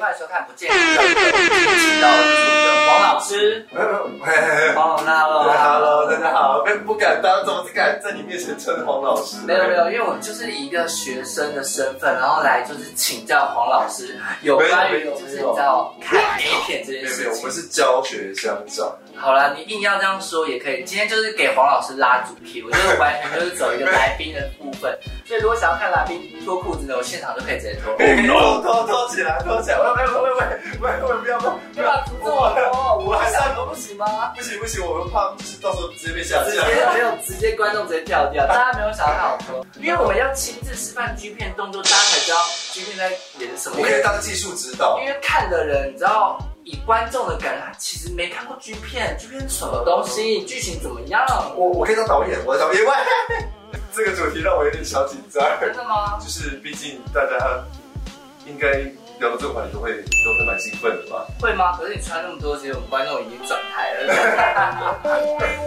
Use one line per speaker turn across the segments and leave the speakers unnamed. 欢迎收看《不见不散》，请到我的黄老师。
没有没有，
哦，那
，Hello，大家好，不不敢当，怎么只敢在你面前称黄老师？
没有没有，因为我就是以一个学生的身份，然后来就是请教黄老师有关于就是你知道看 A 片这件
没有
事情。
没有，我们是教学相长，
好啦，你硬要这样说也可以。今天就是给黄老师拉主题，我觉得完全就是走一个来宾的部分。所以如果想要看来宾脱裤子的，我现场就可以直接脱。
no，拖拖起来，拖起来，喂喂喂喂喂喂，不要不要不
对吧？
要
诅咒我
我
我还
还
三
三
个不行吗？
不行不行，我们怕就是到时候直接被下
直
架。
接没有，直接观众直接跳掉，大家没有想到看我脱，因为我们要亲自示范 G 片动作，大家才知道 G 片在演什么
我。可以当技术指导
因，为看的人，你知道，以观众的感觉，他其实没看过 G 片，G 片是什么东西，剧情怎么样？
我我可以当导演，我的导演。喂，这个主题让我有点小紧张，
真的吗？
就是毕竟大家应该聊到这个话题都会都会蛮兴奋的吧？
会吗？可是你穿那么多，其实我们观众已经转台 了。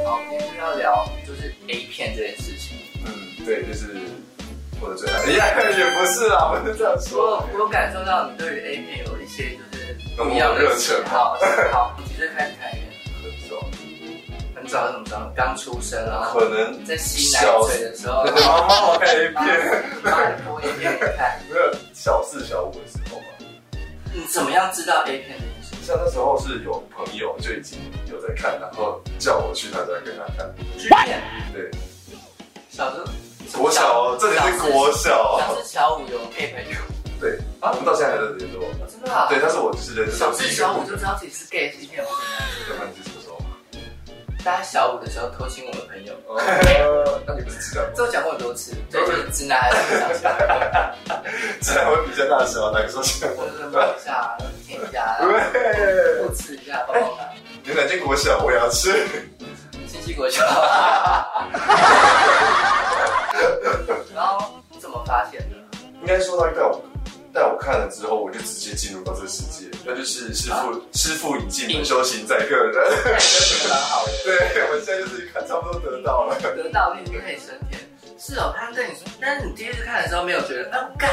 好，今天就要聊就是 A 片这件事情。
嗯，对，就是我的最爱。哎呀，也不是啦，我是这样说
我。我感受到你对于 A 片有一些就是不一样的
热
喜
忱
好。好，你几岁开始看 A 片？
很爽
很早很早，刚出生，然 后
可能
在吸奶嘴的时候，然后
妈妈我看 A 片，
妈也播 A 片给你看。
没有小四小五的时候嘛，
你怎么样知道 A 片这件事情？
像那时候是有朋友就已经有在看，然后叫我去他家跟他看。
G 片，
对，
小时候
国小哦，这里是国小。
小是小五有配朋友，
对，
啊
我们到现在还在联络。
真的啊？
对，但是我就是人
小
生
四
第一
小
个
五就知道自己是 gay 是一片不能。
要不然你是什么时候？
大家小五的时候偷亲我的朋友，
哦， 那你不是直男吗？
这我讲过很多次，对，就是直男还是小三，
直男会比较大小，哪个说 像
我
我？
就是摸一下，舔一下，
对，
互吃一下，抱抱他，
牛奶进国小，我也要吃。
亲戚国小。然后怎么发现的？
应该说他带我带我看了之后，我就直接进入到这个世界，那就是师傅、师傅引进门，修行在个人。
这个蛮好的，
对，我现在就是看差不多得到了。
得到你已经可以升天。是哦，他跟你说，但是你第一次看的时候没有觉得，哎，干，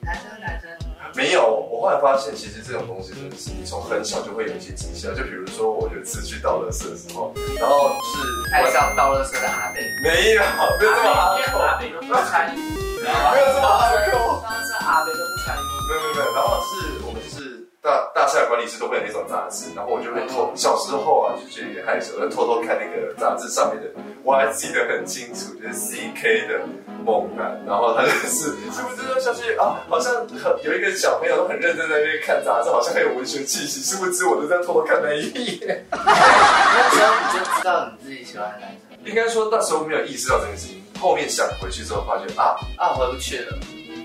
男生男生，
没有，我后来发现，其实这种东西真的是你从很小就会有一些迹象，就比如说我有一次去倒垃圾的时候，然后就是
爱上啊倒垃圾的阿北，
没有，没有这么
阿
哈
北因为
扣，
阿北都不穿衣服，你知道吗
没有这么哈扣，
上次阿北都不穿衣服。
没有没有没有。然后是我们就是大大厦管理室都会有那种杂志，然后我就会偷，小时候啊就觉得有点害羞，就偷偷看那个杂志上面的，我还记得很清楚，就是 CK 的。猛男，然后他就是是不是就下去啊？好像很有一个小朋友都很认真在那边看杂志，好像很有文学气息。殊不知我都在偷偷看那一页。
那时候你就知道你自己喜欢的男生
应该说那时候没有意识到这件事情，后面想回去之后发现啊，
啊，回不去了。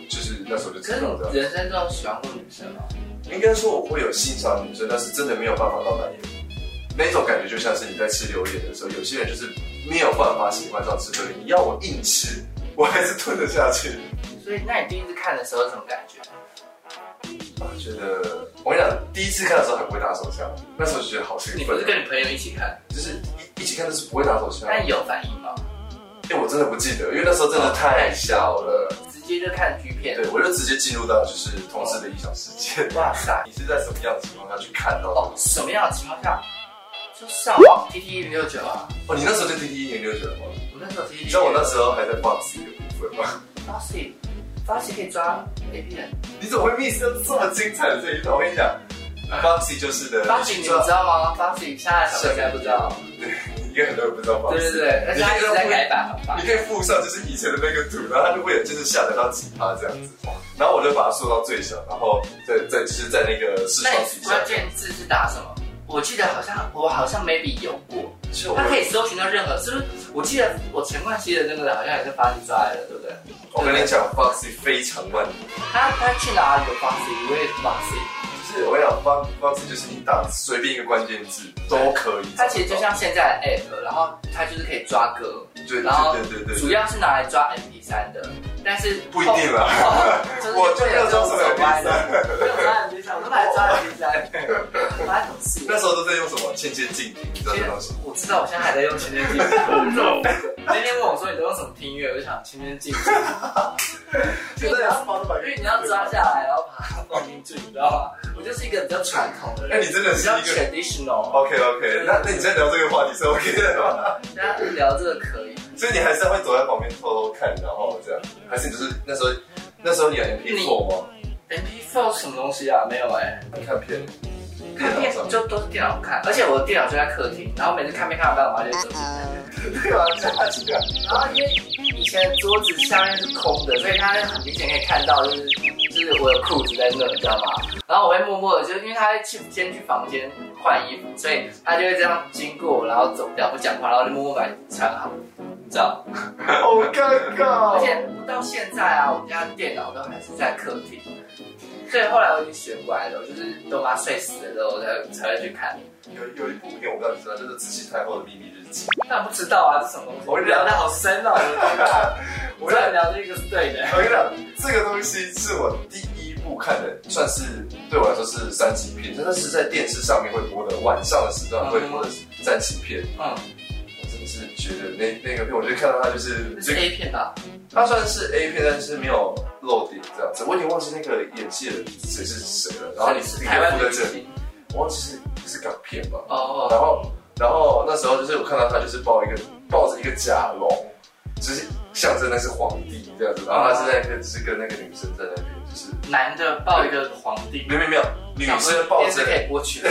就是那时候就
可
知
是
道这样。
你人生中有喜欢过女生吗？
应该说我会有欣赏女生，但是真的没有办法到那里。那一种感觉就像是你在吃榴莲的时候，有些人就是没有办法喜欢上吃榴莲，你要我硬吃，我还是吞得下去。
所以，那你第一次看的时候是什么感觉？
我啊觉得，我跟你讲，第一次看的时候还不会打手枪，那时候就觉得好兴
你不
奋
是，跟你朋友一起看，
就是一一起看，但是不会打手枪。
那你有反应吗？
因为我真的不记得，因为那时候真的太小了。
直接就看 G 片
对，。我就直接进入到就是同事的异想世界。
哇塞！
你是在什么样的情况下去看到的？
哦，什么样的情况下？就上网 T T 零六九啊，
哦，你那时候就第一眼就觉得吗？
我那时候 T T。
你知道我那时候还在 box 一个部分吗？
发誓，发誓可以抓 A 片。
你怎么会 miss 掉这么精彩的这一段？我跟你讲，box 就是的，
发誓你们知道吗？发誓，现在小朋友应该不知道。
你应该很多人不知道 box。
对对对，而且他一直在改版，很棒
你。可以附上就是以前的那个图，然后它就会有就是下载到几趴这样子，然后我就把它缩到最小，然后再再就是在那个视
那
窗
你
底下
关，键字是打什么？我记得好像我好像 maybe 有过，
其实我
它可以搜寻到任何，是不是？我记得我陈冠希的那个好像也是发起抓来的，对不对？
我跟你讲，box 非常慢
他他去哪里有发起？我也发起。
就是我跟你讲方方式就是你打随便一个关键字都可以找到。
它其实就像现在的 app，然后它就是可以抓歌，
对
然后
对对对对，
主要是拿来抓 MP3 的，但是
不一定啦。
就是
我就没有
这
装
种
什么
走歪
MP3
的，没有抓 MP3，我都拿来抓 MP3 的，发生什么事？
那时候都在用什么间接静音，你知道这东西？
我知道，我现在还在用千千静。no！那天问我说你都用什么听音乐，我就想千千静。因为你要
放
因为你要抓下来，然后把它放进去，你知道吗？我就是一个比较传统的
哎，
人，
你真的
比
是
较
一个哦
traditional。
OK OK，那那你在聊这个话题是 OK 的吗？
大家聊这个可以，
所以你还是会躲在旁边偷偷看，然后这样，还是你就是那时候那时候你有 MP 做吗？
MP4 什么东西啊？没有哎、
你看片，
看片就都是电脑看，而且我的电脑就在客厅，然后每次看片看到我妈就走进来。
对啊吧？下去的，
然后因为以前桌子下面是空的，所以他很明显可以看到，就是就是我的裤子在那，你知道吗？然后我会默默的，就因为他会去先去房间换衣服，所以他就会这样经过，然后走掉不讲话，然后就默默把衣服穿好，你知道？
好尴尬。
而且到现在啊，我们家电脑都还是在客厅，所以后来我已经学乖了，我就是等妈睡死了之后，我才才会去看。
有有一部片我不知道你知道，就是《慈禧太后的秘密日记》。
那不知道啊，这什么东西？
我
聊得好深
啊
哦，
我
我
跟
们
你讲
聊这个是对的。
我跟你讲，这个东西是我第一部看的，算是对我来说是三级片，真的是在电视上面会播的，晚上的时段会播的三级片。
嗯，
我真的是觉得那那个片，我就看到它就是
这是
这个，
A 片啊吧？
它算是 A 片，但是没有露点这样子。我已经忘记那个演戏的谁是谁了，然后你是
是
一
台
个
湾
负责
明
者，
星
我忘记是是港片吧。
哦
然后然后那时候就是我看到他就是抱一个抱着一个假龙，就是象征那是皇帝这样子，然后他是那个就是跟那个女生在那边就是
男的抱一个皇帝，
没有没有没有，女生抱
电视
着
可以播去。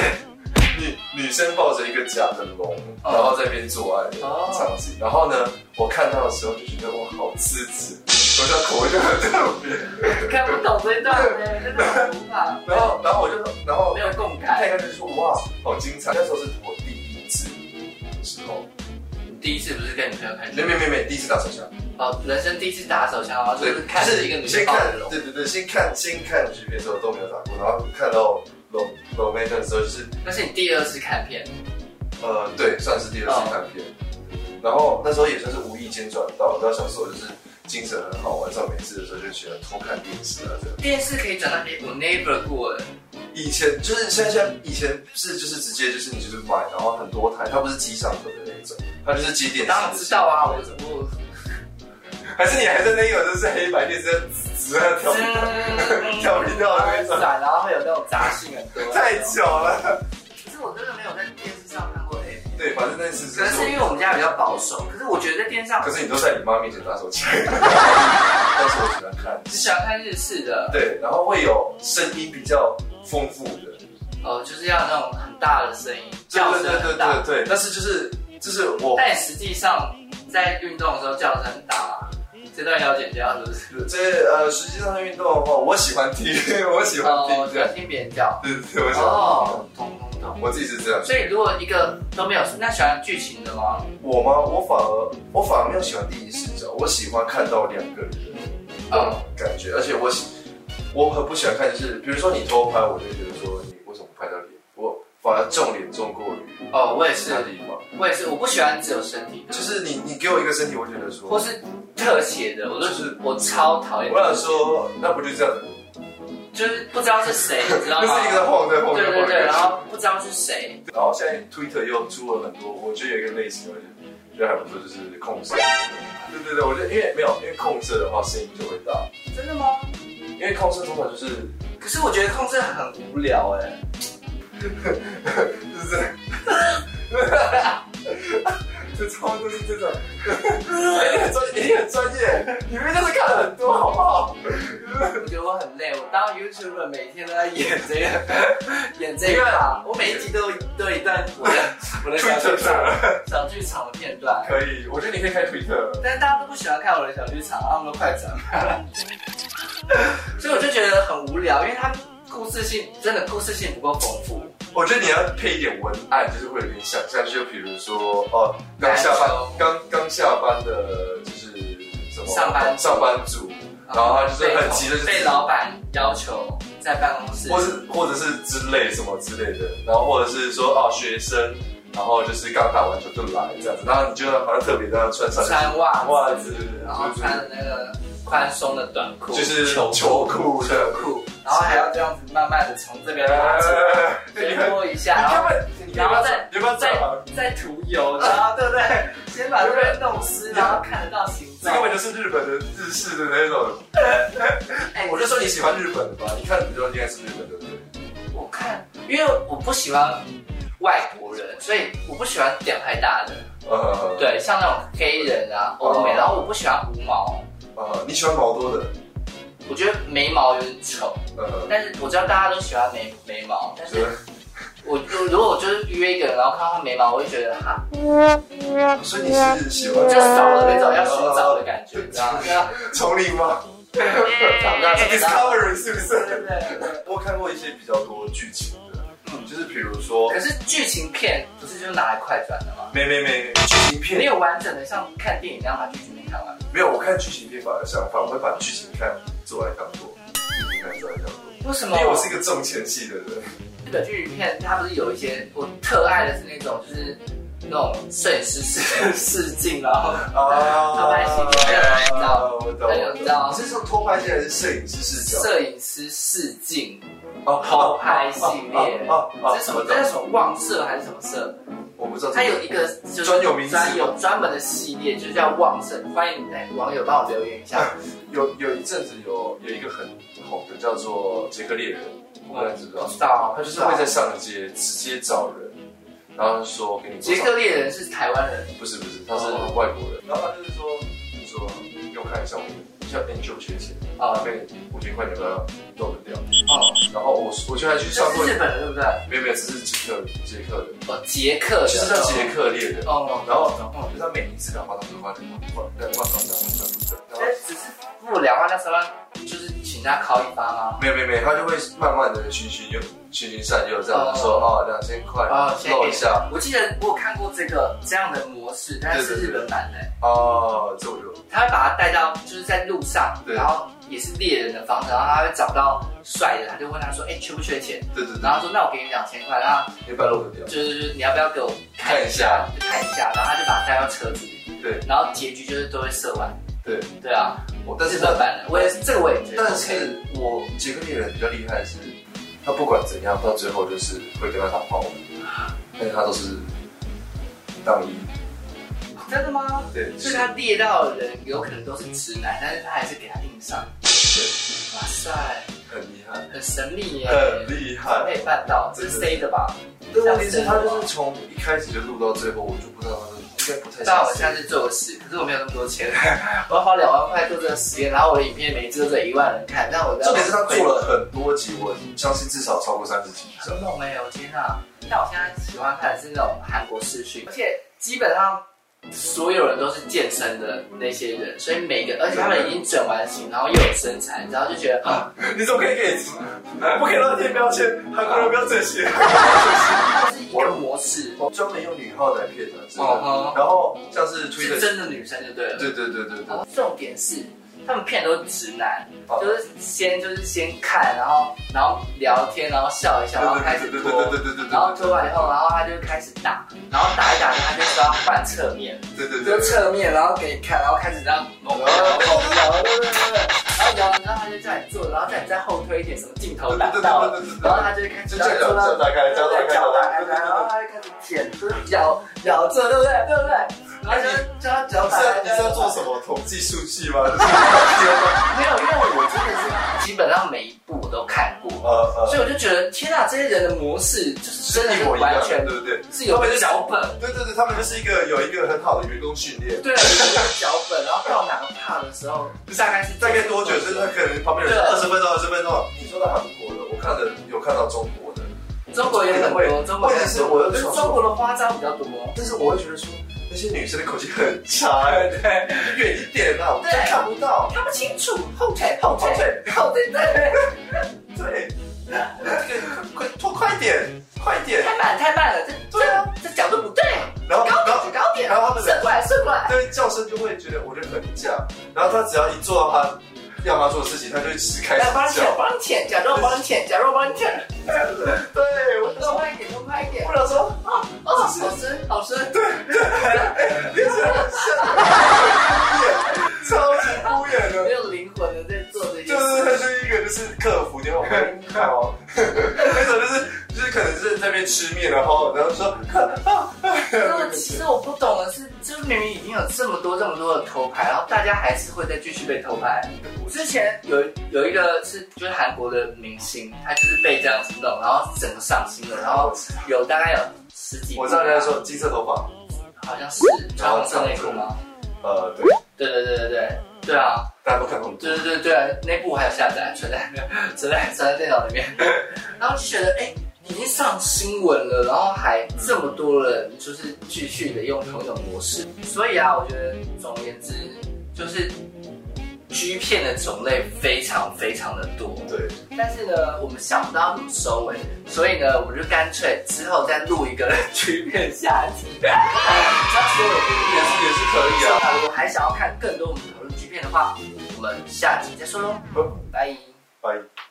女女生抱着一个假的龙，然后在那边做爱的
哦
场景。然后呢，我看到的时候就觉得哇，好刺激，我的口味就很特别。
看不懂这一段呢，真的很无法，
然后然后我就然后
没有共感。
看一看就说哇，好精彩。那时候是我第一次的时候，
第一次不是跟女朋友看
没没没没，第一次打手枪。
哦，人生第一次打手枪，然后就是看着一个女
先
生抱
看
着，龙，
对对对，先看先看 G 片的时候都没有打过，然后看到龙龙妹哦的时候就是
那是你第二次看片，
呃，对，算是第二次看片。然后那时候也算是无意间转到，然后小时候就是精神很好，晚上没事的时候就喜欢偷看电视啊这样。
电视可以转到 A，我 never 过的，
以前就是现在现在以前是就是直接就是你就是买，然后很多台，它不是机上盒的那一种，它就是接电视。
当然知道啊，我我
还是你还在那一种就是黑白电视直在 跳，
跳然后啊会有那种杂讯很多。
太巧了。
可是我真的没有在电视上看过哎 A 片，
对，反正那次
可
真
能是因为我们家比较保守，可是我觉得在电视上
可是你都在你妈面前打手枪，但是我喜欢看。
只喜欢看日式的，
对，然后会有声音比较丰富的，
哦，就是要那种很大的声音，叫
对
声
对对
很
对
大。哎
对，但是就是就是我
但实际上在运动的时候叫声很大嘛，这段要剪掉是 不是？
这呃，实际上运动的话，我喜欢听， 我喜欢
哦，
听，
喜
对
欢听别人叫。
对对，我喜欢
哦，懂懂懂。
听，我自己是这样。
所以如果一个都没有，那喜欢剧情的吗？
我吗？我反而我反而没有喜欢第一视角，我喜欢看到两个人
哦
的感觉，而且我喜我很不喜欢看就是，比如说你偷拍，我就觉得说你为什么拍到脸？我反而重脸重过于
哦，我也
其
是
他，地方。
我也是，我不喜欢只有身体的，
就是你你给我一个身体，我觉得
或
说，
是特写的，我都
就是
是我超讨厌。
我想说，那不就这样子？
就是不知道是谁，你知道
就
吗？
是一个在晃在晃
对
在
对
晃
对，然
然后
后不知道是谁，
然后现在 Twitter 又出了很多，我觉得有一个类型，我觉得觉得还不错，就是控色。对对对，我觉得因为没有，因为控色的话声音就会大，
真的吗？
因为控色通常就是
可是我觉得控制很无聊哎、
就是这样。这超就是这种，哎你很专业，你很专业，你们就是看了很多，好不好？
我觉得我很累，我当 YouTuber 每天都在演这个 演这个，我每一集都有都有一段我的 我的小剧场小剧场的片段，
可以，我觉得你可以开 Twitter。
但是大家都不喜欢看我的小剧场，他们都快转了， 所以我就觉得很无聊，因为他们故事性真的故事性不够丰富。
我觉得你要配一点文案，就是会有点想象，就比如说，哦，刚下班
篮球，
刚刚下班的，就是什么
上班族
上班族，然后他就是很急的就是
被老板要求在办公室，
或是或者是之类什么之类的，然后或者是说，哦，学生，然后就是刚打完球就来这样子，然后你就好像特别这样穿上
穿袜子，
袜子，
然后穿的那个宽松的短裤，
就是
球
球裤的。
裤，然后还要这样子慢慢的从这边拉起 来，
哎你
先
看
摸一
你
下，然
看
后
吧，你要不要再，你要不要再
再？再涂油，然后对不对？先把这边弄湿，然后看得到形
这根
状。
本就是日本的日式的那种。
哎
哎我就说你喜欢日本的吧，你看你就应该是日本的，对不对？
因为我不喜欢外国人，所以我不喜欢点太大的，
呃，
对，像那种黑人啊、欧
哦
美，然后我不喜欢无毛，
呃，你喜欢毛多的，
我觉得眉毛有点丑，
呃，
但是我知道大家都喜欢眉眉毛，但
觉
是
得
我就如果我就是约一个人，然后看到他眉毛，我就觉得哈，
所以你是喜欢呃
就少了那种要寻找的感觉，这样，对啊
丛林吗哎
找不到找不到，
？Discovery 是不
对对
是？
对。
我看过一些比较多剧情的，
嗯
就是比如说
可是剧情片不是就拿来快转的吗？
没没没剧情
没
片，
有完整的像看电影那样把剧情片看完。
没有我看剧情片反而相反，我会把剧情看做来当做剧
哦
情看做来当做，
为什
因
么？
为我是一个重前戏的人。
日本剧情片，它不是有一些我特爱的是那种，就是那种摄影师试试镜，然后
啊，
偷拍戏给别人知道
我懂
那个你知道
你是说偷拍戏还是摄影师视角？
摄影师试镜，
哦
偷拍系列
哦
这是什么？这叫什么望社还是什么社？
我不知道。
它有一个就是
专有名词
专有专门的系列，就叫望社。欢迎哎网友帮我留言一下。
有有一阵子有有一个很红的叫做《杰克猎人》，我不知道你知不知
不
道？
知道，不
他就
知
是
道
会在上街直接找人，然后说给你多
杰
少
克猎人是台湾人，
不是不是，他是外国人，然后他就是说，就说给我看一下我的，像 Angel 缺钱，
哦
啊，被五千块钱把它弄掉，
哦，
然后我我就还去上
这
过
是，日本人对不对？
没有没有，只是杰克杰克人，
哦，捷克的，
其实叫杰克猎人。
哦，
然后，
哦
就是他每一次讲话，他都换换换换装讲，然
那
后
哎只是不良话，那时候就是请他考一发吗？
没有没有没有，他就会慢慢的循循又循循善诱这样子说哦，两千块
哦谢谢
露一下
我记得我有看过这个这样的模式，但是日本版的、
哦，这我就
他会把他带到就是在路上，
对
然后也是猎人的方式，然后他会找到帅的，他就问他说：“哎、缺不缺钱
对对？”对，
然后他说：“那我给你两千块，然后
一般露不掉，
就是你要不要给我
看一下，
就看一下？”然后他就把他带到车子里，
对
然后结局就是都会射完。
对
对啊，
我嗯但是
日本版的，我也是这个我也觉得 OK，
但是我杰克猎人比较厉害的是，他不管怎样，到最后就是会跟他打炮，但是他都是当一，
真的吗？
对，
所以他猎到的人有可能都是直男，但是他还是给他硬 上。哇塞，
很厉害，
很神秘耶，
很厉害。
可以办到，这是 C 的吧？
但问题是，他就是从一开始就录到最后，我就不知道他是应该不太
那我
想
下次做个实，可是我没有那么多钱， 我要花两万块做这个实验，然后我的影片每一次都只有一万人看，那我
重点是他做了很多集，我相信至少超过三十集以上
很。猛哎，我天啊！但我现在喜欢看的是那种韩国视讯，而且基本上。所有人都是健身的那些人，所以每个，而且他们已经整完型，然后又有身材，然后就觉得啊，
你怎么可以给？不可以乱贴标签，韩国人不要这些。
它啊是一个模式，
专门用女号来骗的，真
哦
的。然后像是推
是
特，
真的女生就对了。
对对对对对
然，后重点是，他们骗的都是直男，
哦
就是先就是先看，然后然后聊天，然后笑一笑，然后开始
对对
脱，
对对对对
然后脱完以后，然后他就开始打，然后打一打，他就说要换侧面，
对对
就
对。
侧面，然后给你看，然后开始这样猛摇，对对对对，然后摇，然后他就叫你坐，然后叫你再后推一点，什么镜头打到了。然后他就会开始
就
然
这
后
样，
坐到
脚打开，脚打开，
脚打开，然后他就开始舔，就是咬咬这，对不对？对不对？然后就叫他脚
你
打
是
开
要，你是要做什么统计数据吗？呃
没有，因为我真的是基本上每一部我都看过，
呃，
所以我就觉得天哪，这些人的模式就是真的
一
是
模一
完
样，
全
对不对？
是有个脚本，
对对对，他们就是一个有一个很好的员工训练，
对，有个 脚本，然后到哪个 part 的时候，大概是
大概多久？就是他可能旁边有
对
二十分钟，二十分钟。你说到韩国的，我看的有看到中国的，
中国也很多，中国也很多，
问题
可是
是我
中国的花招比较多。
但是我会觉得说那些女生的口气很差，
对，
远一点啦，我
对
真看不到。
看不清楚后腿，后腿，后腿，对，
对，这个快拖快点，快点。
太慢，太慢了，这
对啊，
这这角度不对，
然后
高啊
然
点，
后
高点，
然后他们
顺过来，顺过来，
对叫声就会觉得我就很假，然后他只要一做到他要他做的事情，他就一直开
来帮你
始
舔，
叫。
帮你舔，假装我帮你舔，假装我帮你舔，
对，我
多快一点，多快一点。
不能说
哦，好吃，好吃。
你真的很 像，超级敷衍
没
的。
有灵魂的在做这件
就
事
是
情。
他就是一个就是客服电话，你好，那种就是就是可能是在那边吃面，然后然后说
那其实我不懂的是，就就是明明已经有这么多这么多的偷拍，然后大家还是会再继续被偷拍。之前有有一个是就是韩国的明星，他就是被这样子弄，然后整个上心了，然后有大概有十几，
我知道你在，说金色头发，
好像是穿红色内裤吗？
呃，对，
对对对对对对啊，
大家都看过，
对对对对，那部我还有下载，存在存在存在电脑里面，然后就觉得哎、已经上新闻了，然后还这么多人就是继续的用同一种模式，所以啊，我觉得总而言之就是。G 片的种类非常非常的多，
对，
但是呢，我们想不到怎么收尾，所以呢，我们就干脆之后再录一个 G 片下集。 这样收尾
也
就是
也是可以
这
啊。
样。如果还想要看更多我们讨论 G 片的话，我们下集再说喽。
好
拜。
哦拜。